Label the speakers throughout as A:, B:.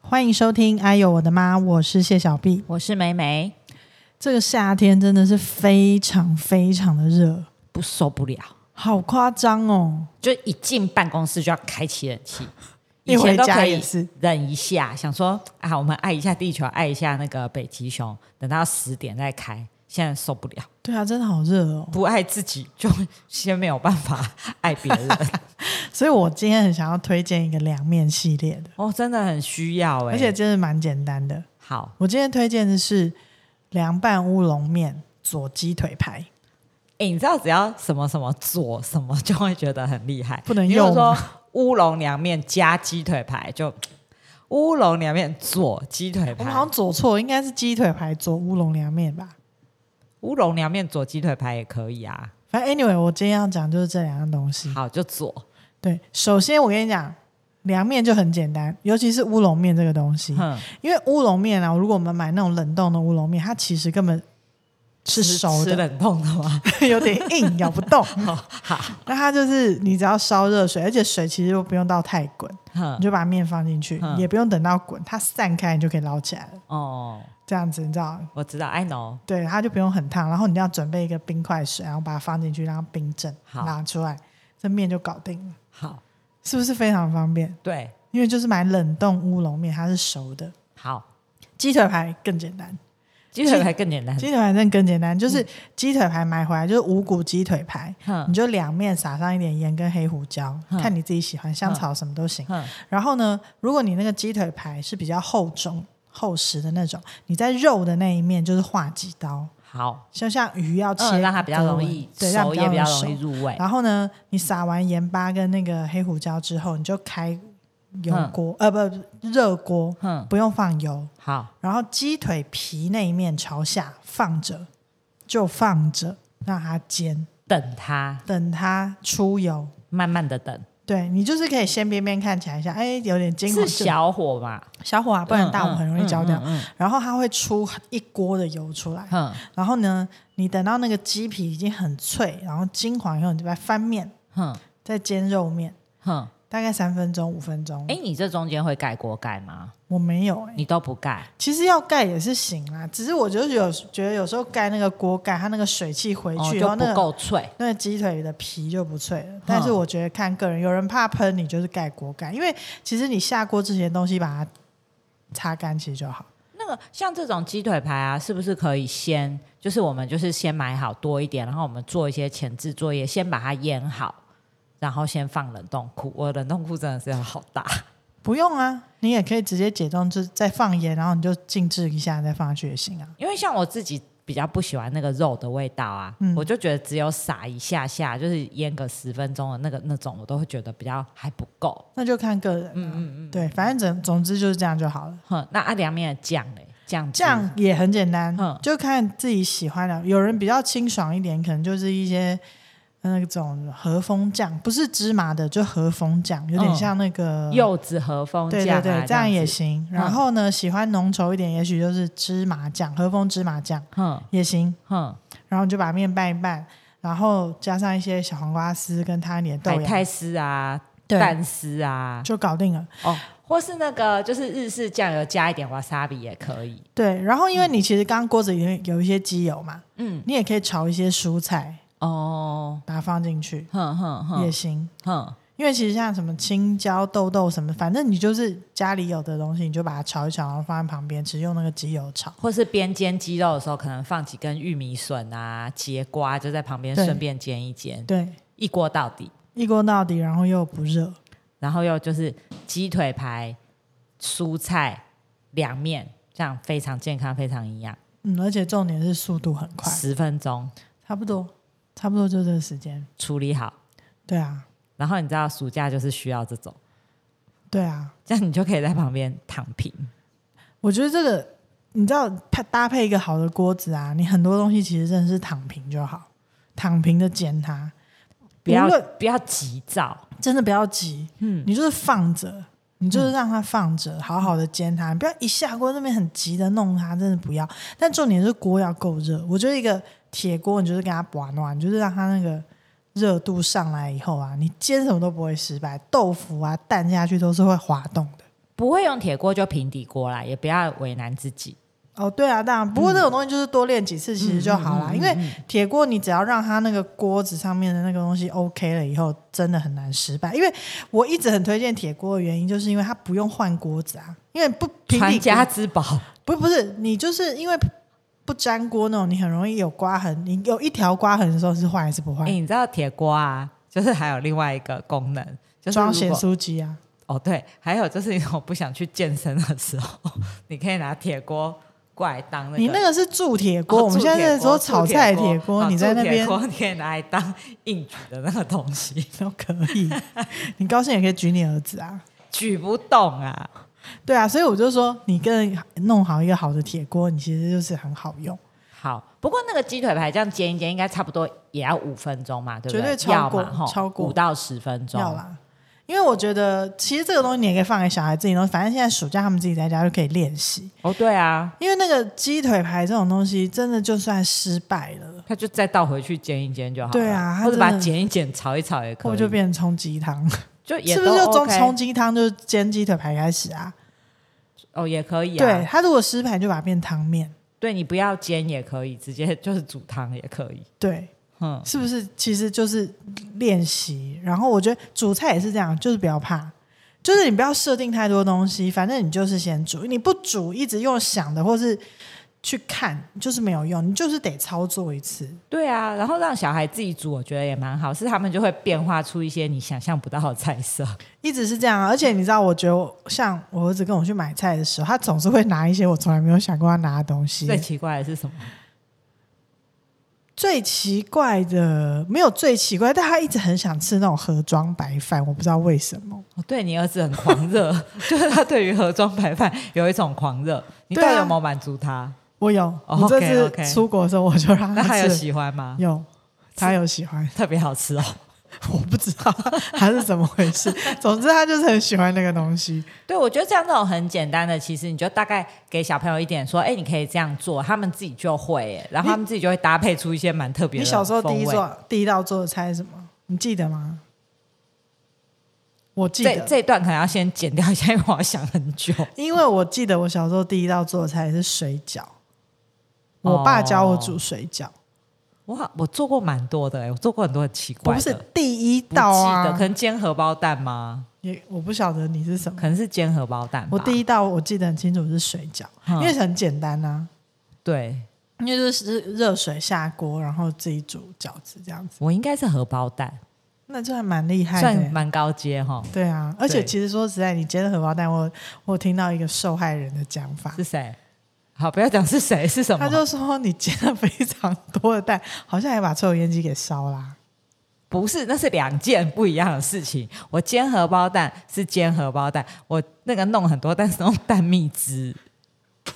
A: 欢迎收听《哎呦我的妈》，我是谢小碧。
B: 我是梅梅，
A: 这个夏天真的是非常非常的热，
B: 不受不了，
A: 好夸张哦！
B: 就一进办公室就要开启冷气，
A: 一
B: 以
A: 回
B: 前都
A: 家
B: 可
A: 也
B: 以
A: 是
B: 忍一下，想说啊，我们爱一下地球，爱一下那个北极熊，等到十点再开。现在受不了，
A: 对啊，真的好热哦。
B: 不爱自己就先没有办法爱 别人
A: 所以我今天很想要推荐一个凉面系列的，
B: 哦，真的很需要哎、
A: 而且真的蛮简单的。
B: 好，
A: 我今天推荐的是凉拌乌龙面佐鸡腿排，
B: 哎、你知道只要什么什么左什么就会觉得很厉害，
A: 不能
B: 你如果
A: 用
B: 说
A: 吗
B: 乌龙凉面加鸡腿排就乌龙凉面左鸡腿
A: 我
B: 排，
A: 们好像佐错，应该是鸡腿排佐乌龙凉面吧。
B: 乌龙凉面佐鸡腿排也可以啊。
A: 反正 anyway，我今天要讲就是这两样东西。
B: 好，就佐。
A: 对，首先我跟你讲，凉面就很简单，尤其是乌龙面这个东 西，
B: 哼，
A: 因为乌龙面啊，如果我们买那种冷冻的乌龙面，它其实根本是熟
B: 吃
A: 的，
B: 冷冻的吗？
A: 有点硬，咬不动。
B: 好，
A: 那它就是你只要烧热水，而且水其实又不用到太滚， 你
B: 哼，
A: 就把面放进去，
B: 嗯
A: 也不用等到滚，它散开你就可以捞起来了。
B: 哦，
A: 这样子你知道，
B: 我知道，I know。
A: 对，它就不用很烫。然后你要准备一个冰块水，然后把它放进去，让它冰镇，
B: 好
A: 拿出来，这面就搞定了，
B: 好，
A: 是不是非常方便？
B: 对，
A: 因为就是买冷冻乌龙面，它是熟的。
B: 好，
A: 鸡腿排更简单，
B: 鸡腿排更简单。
A: 鸡腿排真的更简单，就是鸡腿排买回来就是五谷鸡腿排，
B: 嗯哼
A: 你就两面撒上一点盐跟黑胡椒，
B: 嗯
A: 看你自己喜欢，香草什么都行。
B: 哼，
A: 然后呢，如果你那个鸡腿排是比较厚重、厚实的那种，你在肉的那一面就是划几刀，
B: 好，
A: 就像鱼要切、
B: 嗯，让它比较容易
A: 对，让
B: 熟，也比较容
A: 熟
B: 易。入味。
A: 然后呢，你撒完盐巴跟那个黑胡椒之后，你就开油
B: 嗯
A: 锅，呃，不，热锅，
B: 哼，
A: 不用放油，
B: 好，
A: 然后鸡腿皮那一面朝下放着，就放着让它煎，
B: 等它，
A: 等它出油。
B: 慢慢的等，
A: 对你就是可以先边边看起来一下，哎，有点金黄
B: 是
A: 色
B: 小火嘛，
A: 小火啊，不然
B: 嗯
A: 大火很容易焦掉。。
B: 嗯
A: 然后它会出一锅的油出来，
B: 嗯
A: 然后呢，你等到那个鸡皮已经很脆，然后金黄以后，你就把它翻面，
B: 哼
A: 再煎肉面，
B: 哼，
A: 大概三分钟五分钟。
B: 哎，你这中间会盖锅盖吗？
A: 我没有哎、
B: 你都不盖，
A: 其实要盖也是行啦，只是我就是有觉得有时候盖那个锅盖，它那个水汽回
B: 哦，
A: 去，
B: 就
A: 然后那
B: 不
A: 个
B: 够脆。
A: 那个鸡腿的皮就不脆了。但是我觉得看个人，有人怕喷，你就是盖锅盖，因为其实你下锅之前东西把它擦干其实就好。
B: 那个像这种鸡腿排啊，是不是可以先，就是我们就是先买好多一点，然后我们做一些前置作业，先把它腌好，然后先放冷冻库。我冷冻库真的是要好大，
A: 不用啊，你也可以直接解冻，就是再放盐，然后你就静置一下再放下去也行啊。
B: 因为像我自己比较不喜欢那个肉的味道啊，
A: 嗯
B: 我就觉得只有撒一下下，就是腌个十分钟的那个那种，我都会觉得比较还不够。
A: 那就看个人、啊，
B: 嗯嗯嗯，
A: 对，反正总总之就是这样就好了。
B: 哼，那阿凉面的酱嘞，酱汁
A: 酱也很简单，
B: 嗯
A: 就看自己喜欢的。有人比较清爽一点，可能就是一些呃那种和风酱，不是芝麻的，就和风酱，有点
B: 嗯
A: 像那个、
B: 柚子和风
A: 对
B: 酱、啊，
A: 对对，
B: 这
A: 样也
B: 子。
A: 行。
B: 嗯
A: 然后呢，喜欢浓稠一点，也许就是芝麻酱，和风芝麻酱
B: 哼
A: 也行。
B: 哼，
A: 然后你就把面拌一拌，然后加上一些小黄瓜丝跟它一点豆
B: 海
A: 芽，
B: 苔丝啊，
A: 对，
B: 蛋丝啊，
A: 就搞定了。
B: 哦，或是那个就是日式酱油加一点 wasabi 也可以。
A: 对，然后因为你其实刚刚锅子里面有一些鸡油嘛，
B: 嗯，
A: 你也可以炒一些蔬菜，
B: 哦，
A: 把它放进去
B: 哼哼
A: 也
B: 哼
A: 行。
B: 哼，
A: 因为其实像什么青椒、豆豆什么，反正你就是家里有的东西，你就把它炒一炒，然后放在旁边吃，用那个鸡油炒。
B: 或是边煎鸡肉的时候，可能放几根玉米笋啊、节瓜，就在旁边
A: 对
B: 顺便煎一煎，
A: 对，
B: 一锅到底。
A: 一锅到底，然后又不热。
B: 然后又就是鸡腿排、蔬菜、凉面，这样非常健康，非常营养，
A: 嗯，而且重点是速度很快，
B: 十分钟
A: 差不多，差不多就这个时间。
B: 处理好。
A: 对啊，
B: 然后你知道暑假就是需要这种，
A: 对啊，
B: 这样你就可以在旁边躺平。
A: 我觉得这个你知道，配搭配一个好的锅子啊，你很多东西其实真的是躺平就好，躺平的煎它，
B: 不要
A: 无论
B: 不要急躁，
A: 真的不要急，
B: 嗯，
A: 你就是放着。你就是让它放着，好好的煎它，你不要一下锅那边很急的弄它，真的不要。但重点是锅要够热，我觉得一个铁锅你就是给它把暖，你就是让它那个热度上来以后啊，你煎什么都不会失败，豆腐啊蛋下去都是会滑动的。
B: 不会用铁锅就平底锅啦，也不要为难自己。
A: 哦，对啊，当然，不过
B: 嗯
A: 这种东西就是多练几次其实就好啦，因为铁锅你只要让它那个锅子上面的那个东西 OK 了以后，真的很难失败。因为我一直很推荐铁锅的原因，就是因为它不用换锅子啊，因为不平
B: 传
A: 底锅
B: 家 之宝，
A: 不不是你就是因为不粘锅那种，你很容易有刮痕，你有一条刮痕的时候是坏还是不坏
B: 哎、？你知道铁锅啊，就是还有另外一个功能，就是
A: 装
B: 如
A: 咸
B: 果
A: 酥鸡啊，
B: 哦，对，还有就是我不想去健身的时候， 你可以拿铁锅过来当那个。
A: 你那个是铸铁锅，
B: 哦
A: 我们现在在说炒菜铁锅，
B: 哦
A: 你在那
B: 铸铁
A: 边
B: 锅你可以拿来当硬举的那个东西，
A: 都可以，你高兴也可以举你儿子啊。
B: 举不动啊。
A: 对啊，所以我就说，你跟弄好一个好的铁锅，你其实就是很好用，
B: 好，不过那个鸡腿排这样煎一煎，应该差不多也要五分钟嘛，对不
A: 绝对超
B: 要
A: 过
B: 嘛吼
A: 超过
B: 五到十分钟。
A: 要啦。因为我觉得，其实这个东西你也可以放给小孩自己弄，反正现在暑假他们自己在家就可以练习。
B: 哦，对啊，
A: 因为那个鸡腿排这种东西，真的就算失败了，
B: 他就再倒回去煎一煎就好了。
A: 对啊它
B: 或者把它
A: 真的
B: 剪一剪，炒一炒也可
A: 我
B: 以。
A: 就变成冲鸡汤，
B: 就也
A: 是不
B: 都
A: 是就从
B: OK
A: 冲鸡汤就是煎鸡腿排开始啊？
B: 哦，也可以啊。
A: 对，，它如果失败就把它变汤面，
B: 对你不要煎也可以，直接就是煮汤也可以。
A: 对，
B: 嗯，
A: 是不是？其实就是练习。然后我觉得煮菜也是这样，就是不要怕，就是你不要设定太多东西，反正你就是先煮。你不煮，一直用想的或是去看，就是没有用，你就是得操作一次。
B: 对啊，然后让小孩自己煮，我觉得也蛮好，是他们就会变化出一些你想象不到的菜 色。
A: 一直是这样啊，而且你知道，我觉得我像我儿子跟我去买菜的时候，他总是会拿一些我从来没有想过他拿的东西。
B: 最奇怪的是什么？
A: 最奇怪的没有最奇怪，但他一直很想吃那种盒装白饭，我不知道为什么。
B: 哦对你儿子很狂 热，就是他对于盒装白饭有一种狂热。你到
A: 对
B: 底
A: 啊
B: 有没有满足他？
A: 我有，
B: 哦
A: 我这
B: OK，OK
A: 次出国的时候我就让
B: 那
A: 他
B: 他有
A: 吃，
B: 喜欢吗？
A: 有，他有喜 欢，
B: 特别好吃哦。
A: 我不知道 他是怎么回事。总之，他就是很喜欢那个东西。
B: 对，我觉得这样这种很简单的，其实你就大概给小朋友一点说，哎，你可以这样做，他们自己就会耶，然后他们自己就会搭配出一些蛮特别
A: 你
B: 的
A: 小时候第
B: 风
A: 一
B: 味
A: 做第一道做的菜是什么？你记得吗？我记
B: 这
A: 得，
B: 这一段可能要先剪掉一下，因为我要想很久。
A: 因为我记得我小时候第一道做的菜是水饺，我爸教我煮水
B: 哦
A: 饺，
B: 我好我做过蛮多的、欸，我做过很多很奇怪
A: 不
B: 的，
A: 是第一
B: 不记
A: 道
B: 得
A: 啊
B: 可。能煎荷包蛋吗？
A: 也我不晓得你是什么。
B: 可能是煎荷包蛋吧。
A: 我第一道我记得很清楚是水饺，
B: 嗯
A: 因为很简单啊，
B: 对，
A: 因为就是热水下锅，然后自己煮饺子这样子，
B: 我应该是荷包蛋，
A: 那就还蛮厉害的
B: 算
A: 欸。
B: 蛮高阶哈。
A: 对啊，而且其实说实在，你煎的荷包蛋，我我听到一个受害人的讲法，
B: 是谁？好，不要讲是谁是什么，
A: 他就说你煎了非常多的蛋，好像还把抽油烟机给烧啦。
B: 不是，那是两件不一样的事情。我煎荷包蛋是煎荷包蛋，我那个弄很多蛋是用蛋蜜汁，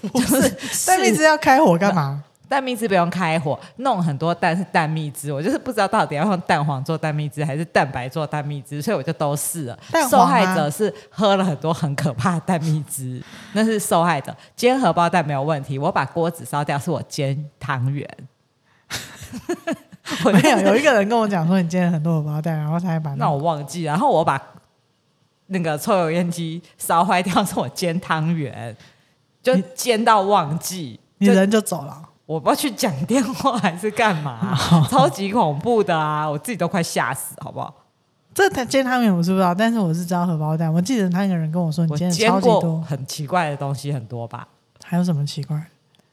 B: 不是
A: 蛋蜜汁要开火干嘛？
B: 蛋蜜汁不用开火，弄很多蛋是蛋蜜汁，我就是不知道到底要用蛋黄做蛋蜜汁还是蛋白做蛋蜜汁，所以我就都试了。
A: 蛋
B: 受
A: 黄吗
B: 害者是喝了很多很可怕的蛋蜜汁，那是受害者。煎荷包蛋没有问题，我把锅子烧掉，是我煎汤圆。 我
A: 没有，
B: 就是
A: 有一个人跟我讲说你煎了很多荷包蛋，然后他还把
B: 那我忘记，然后我把那个抽油烟机烧坏掉，是我煎汤圆，就煎到忘记。
A: 你
B: 就
A: 人就走了。
B: 我不知道去讲电话还是干嘛，
A: 哦
B: 超级恐怖的啊！我自己都快吓死，好不好？
A: 这煎汤圆我是不知道，但是我是知道荷包蛋。我记得他那个人跟我说你
B: 我
A: 煎的
B: 煎
A: 超级
B: 过
A: 多，
B: 很奇怪的东西很多吧？
A: 还有什么奇怪？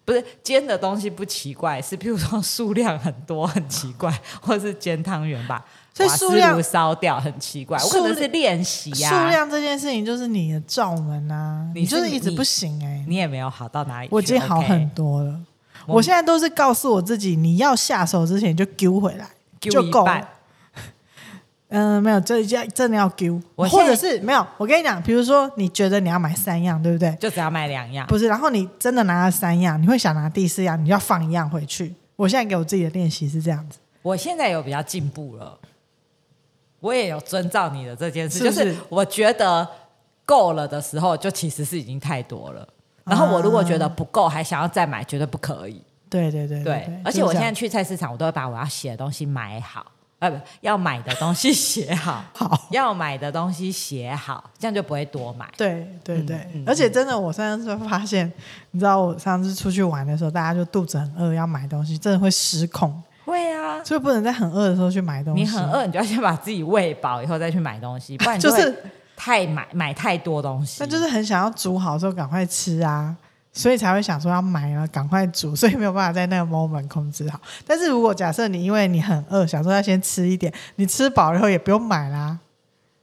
B: 不是煎的东西不奇怪，是譬如说数量很多很奇怪，或是煎汤圆吧，
A: 所以
B: 瓦斯
A: 数量
B: 炉烧掉很奇怪。我可能是练习啊
A: 数
B: 呀、
A: 量这件事情就是你的罩门啊，
B: 你
A: 你就是是一直
B: 你
A: 不行哎、
B: 你也没有好到哪里去。
A: 我已经好
B: OK
A: 很多了。
B: 我
A: 我现在都是告诉我自己，你要下手之前你就揪回来
B: 丢
A: 就
B: 一
A: 够
B: 半
A: 了。嗯、没有，这一家真的要揪，
B: 我
A: 或者
B: 现
A: 是没有。我跟你讲，比如说你觉得你要买三样，对不对？
B: 就只要买两样。
A: 不是，然后你真的拿了三样，你会想拿第四样，你就要放一样回去。我现在给我自己的练习是这样子，
B: 我现在有比较进步了，我也有遵照你的这件事，
A: 是不是
B: 就是我觉得够了的时候，就其实是已经太多了。然后我如果觉得不够，还想要再买，绝对不可以。
A: 对对对
B: 对，
A: 啊对，
B: 而且我
A: 就是这
B: 现在
A: 样
B: 去菜市场，我都会把我要洗的东西买好，呃，不要买的东西写好，
A: 好，
B: 要买的东西写好，这样就不会多买。
A: 对对对，
B: 嗯
A: 而且真的，我上次发现，你知道，我上次出去玩的时候，大家就肚子很饿，要买东西，真的会失控，
B: 会啊，
A: 所以不能在很饿的时候去买东西。
B: 你很，饿，你就要先把自己喂饱，以后再去买东西，不然你
A: 就
B: 就会
A: 是
B: 太买买太多东西。
A: 那就是很想要煮好之后赶快吃啊，所以才会想说要买啊，赶快煮，所以没有办法在那个 moment 控制好。但是如果假设你因为你很饿，想说要先吃一点，你吃饱了以后也不用买 啦。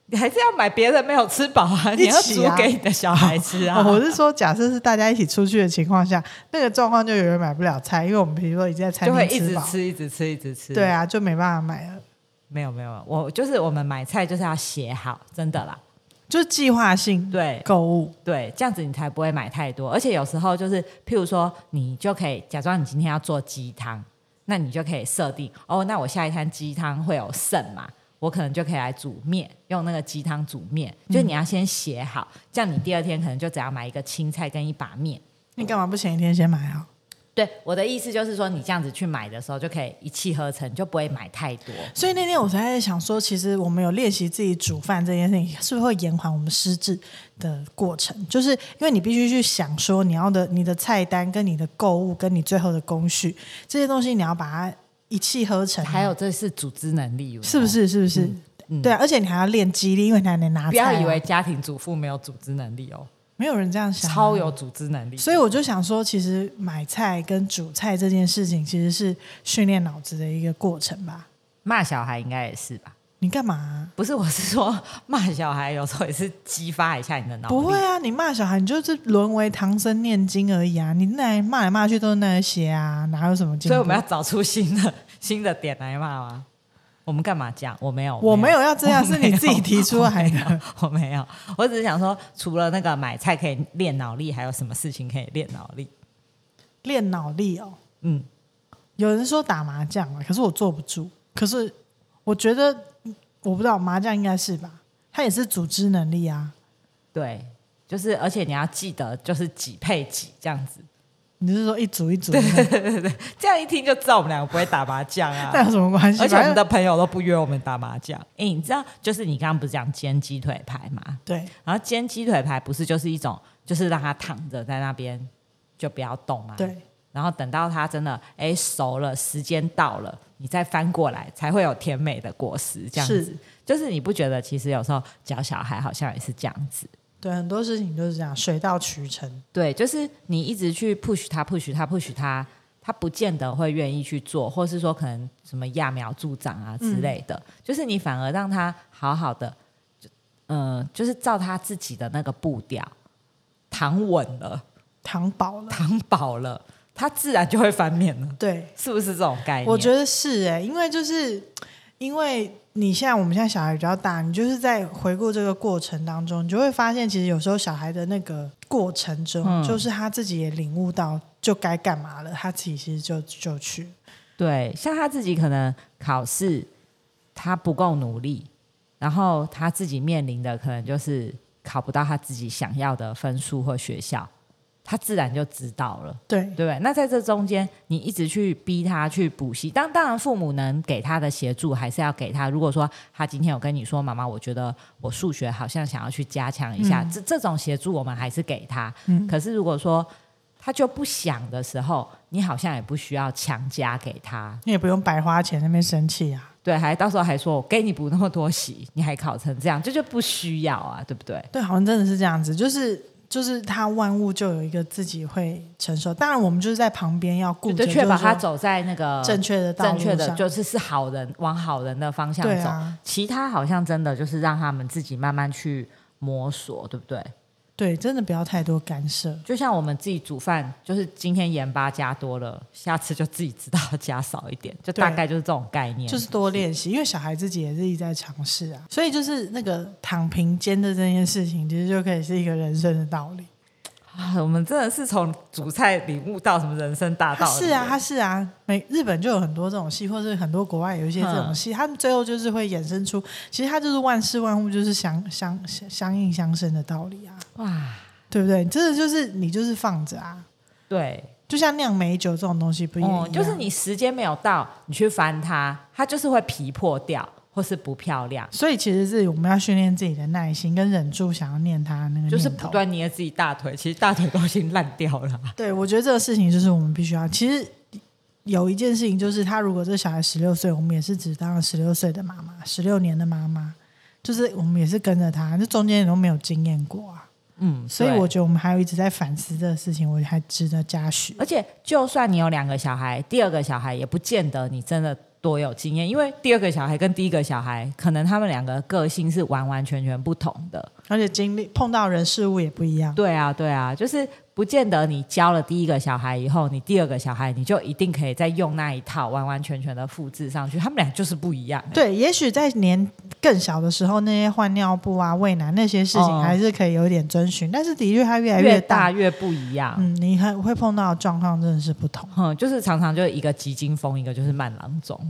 B: 你还是要买别人没有吃饱 啊，你
A: 一
B: 要
A: 起
B: 煮
A: 啊
B: 给你的小孩吃啊。
A: 哦我是说，假设是大家一起出去的情况下，那个状况就有人买不了菜，因为我们比如说已经在餐
B: 就会
A: 厅
B: 一
A: 吃
B: 直
A: 饱，
B: 吃，一直吃，一直吃。
A: 对，啊，就没办法买了。
B: 没有没有，我就是我们买菜就是要写好，真的啦。
A: 就是计划性
B: 对
A: 购物，
B: 对，这样子你才不会买太多。而且有时候就是，譬如说，你就可以假装你今天要做鸡汤，那你就可以设定哦，那我下一摊鸡汤会有剩嘛，我可能就可以来煮面，用那个鸡汤煮面。就
A: 嗯
B: 你要先写好，这样你第二天可能就只要买一个青菜跟一把面。
A: 你干嘛不前一天先买啊好？
B: 对，我的意思就是说，你这样子去买的时候就可以一气呵成，就不会买太多。
A: 所以那天我才在想说，其实我们有练习自己煮饭这件事情，是不是会延缓我们失智的过程？就是因为你必须去想说，你要的你的菜单、跟你的购物、跟你最后的工序这些东西，你要把它一气呵成。
B: 还有，这是组织能力，有没有
A: 是不？是？是不是？
B: 嗯
A: 对啊，而且你还要练肌力，因为你还能拿
B: 不
A: 菜啊、
B: 要以为家庭主妇没有组织能力哦，
A: 没有人这样想啊、
B: 超有组织能力。
A: 所以我就想说，其实买菜跟煮菜这件事情，其实是训练脑子的一个过程吧。
B: 骂小孩应该也是吧？
A: 你干嘛啊、
B: 不是，我是说骂小孩有时候也是激发一下你的脑力。
A: 不会啊，你骂小孩，你就是沦为唐僧念经而已啊！你那来骂来骂去都是那些啊，哪有什么进步？
B: 所以我们要找出新的新的点来骂吗？我们干嘛讲？我没有，
A: 我没有要这 样，是你自己提出来
B: 我
A: 的
B: 没有。，我没有，我只是想说，除了那个买菜可以练脑力，还有什么事情可以练脑力？
A: 练脑力哦，
B: 嗯，
A: 有人说打麻将啊，可是我坐不住。可是我觉得，我不知道麻将应该是吧，它也是组织能力啊。
B: 对，就是而且你要记得，就是几配几这样子，
A: 你是说一组一组的那种？
B: 这样一听就知道我们两个不会打麻将啊。
A: 那有什么关系？
B: 而且我们
A: 反正
B: 的朋友都不约我们打麻将。哎、你知道，就是你刚刚不是讲煎鸡腿排吗？
A: 对，
B: 然后煎鸡腿排不是就是一种，就是让它躺着在那边就不要动嘛。。
A: 对，
B: 然后等到它真的哎熟了，时间到了，你再翻过来，才会有甜美的果实。这样子，
A: 是，
B: 就是你不觉得其实有时候教小孩好像也是这样子？
A: 对，很多事情都是这样，水到渠成。
B: 对，就是你一直去 push 他，push 他，push 他，他不见得会愿意去做，或是说可能什么揠苗助长啊之
A: 嗯
B: 类的，就是你反而让他好好的，就呃，就是照他自己的那个步调，躺稳了，
A: 嗯糖饱了，
B: 躺饱了，他自然就会翻面了，
A: 对，
B: 是不是这种概念？
A: 我觉得是哎、因为就是因为你现在我们现在小孩比较大，你就是在回顾这个过程当中，你就会发现，其实有时候小孩的那个过程中，
B: 嗯
A: 就是他自己也领悟到就该干嘛了，他自己其实就就去。
B: 对，像他自己可能考试他不够努力，然后他自己面临的可能就是考不到他自己想要的分数或学校，他自然就知道了，
A: 对，
B: 对不对？那在这中间，你一直去逼他去补习，当当然父母能给他的协助还是要给他。如果说他今天有跟你说，妈妈，我觉得我数学好像想要去加强一下，这这种协助我们还是给他。
A: 嗯
B: 可是如果说他就不想的时候，你好像也不需要强加给他，
A: 你也不用白花钱那边生气啊。
B: 对，还到时候还说我给你补那么多习，你还考成这样，这就不需要啊，对不对？
A: 对，好像真的是这样子，就是。就是他万物就有一个自己会承受，当然我们就是在旁边要顾着，
B: 就确
A: 就
B: 保
A: 是说
B: 他走在那个
A: 正确的道
B: 正
A: 路
B: 确的，
A: 上
B: 就是是好人往好人的方向
A: 对
B: 走。
A: 啊，
B: 其他好像真的就是让他们自己慢慢去摸索，对不对？
A: 对，真的不要太多干涉。
B: 就像我们自己煮饭，就是今天盐巴加多了，下次就自己知道加少一点，就
A: 对
B: 大概就是这种概念。
A: 就是多练习，因为小孩自己也是一直在尝试啊，所以就是那个躺平间的这件事情，其实就可以是一个人生的道理。
B: 啊，我们真的是从煮菜领悟到什么人生大
A: 他
B: 道理。
A: 是啊，他是啊，美日本就有很多这种戏，或是很多国外有一些这
B: 嗯
A: 种戏，他们最后就是会衍生出，其实它就是万事万物就是相相相相应相生的道理啊，
B: 哇，
A: 对不对？真的就是你就是放着啊，
B: 对，
A: 就像酿美酒这种东西不啊一样、
B: 哦，就是你时间没有到，你去翻它，它就是会皮破掉或是不漂亮，
A: 所以其实是我们要训练自己的耐心跟忍住想要念他的那个
B: 就是
A: 念头
B: 不断捏自己大腿，其实大腿都已经烂掉了。啊
A: 对，我觉得这个事情就是我们必须要。其实有一件事情就是，他如果这小孩十六岁，我们也是只当十六岁的妈妈，十六年的妈妈，就是我们也是跟着他，这中间也都没有经验过啊。
B: 嗯，
A: 所以
B: 对
A: 我觉得我们还有一直在反思这个事情，我还值得嘉许。
B: 而且，就算你有两个小孩，第二个小孩也不见得你真的多有经验，因为第二个小孩跟第一个小孩，可能他们两个个性是完完全全不同的。
A: 而且经历碰到人事物也不一样。
B: 对啊，对啊，就是不见得你教了第一个小孩以后，你第二个小孩你就一定可以再用那一套完完全全的复制上去，他们俩就是不一样。
A: 对，也许在年更小的时候，那些换尿布啊、喂奶那些事情
B: 哦
A: 还是可以有点遵循，但是的确他越来
B: 越
A: 大，
B: 大越不一样。嗯
A: 嗯，你还会碰到的状况真的是不同。
B: 就是常常就一个急惊风，一个就是慢郎中，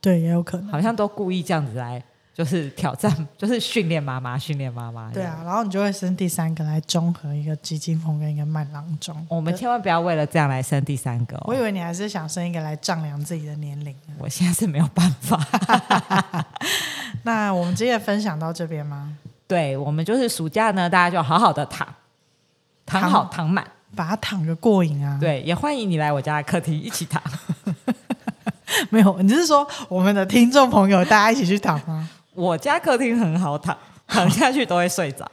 A: 对，也有可能。
B: 好像都故意这样子来，就是挑战，就是训练妈妈，训练妈妈。
A: 对啊，然后你就会生第三个来中和一个基金风跟一个慢郎中。
B: 我们千万不要为了这样来生第三个、哦。
A: 我以为你还是想生一个来丈量自己的年龄啊。
B: 我现在是没有办法。
A: 那我们今天的分享到这边吗？
B: 对我们就是暑假呢，大家就好好的躺，躺
A: 躺
B: 好躺满。
A: 把它躺个过瘾啊！，
B: 对，也欢迎你来我家的客厅一起 躺。
A: 没有，你是说我们的听众朋友大家一起去躺 吗？
B: 我家客厅很好躺，躺下去都会睡 着。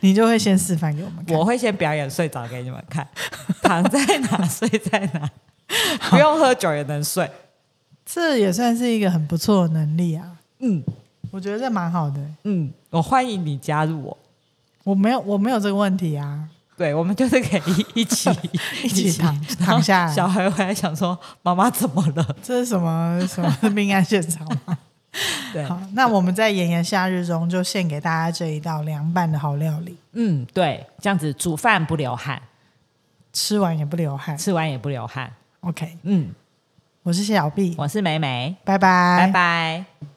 A: 你就会先示范给我们看。
B: 我会先表演睡着给你们看，躺在哪睡在 哪，不用喝酒也能睡。
A: 这也算是一个很不错的能力啊，
B: 嗯
A: 我觉得这蛮好的。
B: 嗯，我欢迎你加入我。
A: 我没有，我没有这个问题啊。
B: 对，我们就是可以一起
A: 一起躺躺
B: 然后
A: 下来
B: 小孩回来想说：“妈妈怎么了
A: 这是什么 什么命案现场吗？？”
B: 对，
A: 好，那我们在炎炎夏日中就献给大家这一道凉拌的好料理，
B: 嗯，对，这样子煮饭不流汗，
A: 吃完也不流汗。
B: 吃完也不流汗。
A: OK，
B: 嗯，
A: 我是谢小碧，
B: 我是美美，
A: 拜拜，
B: 拜拜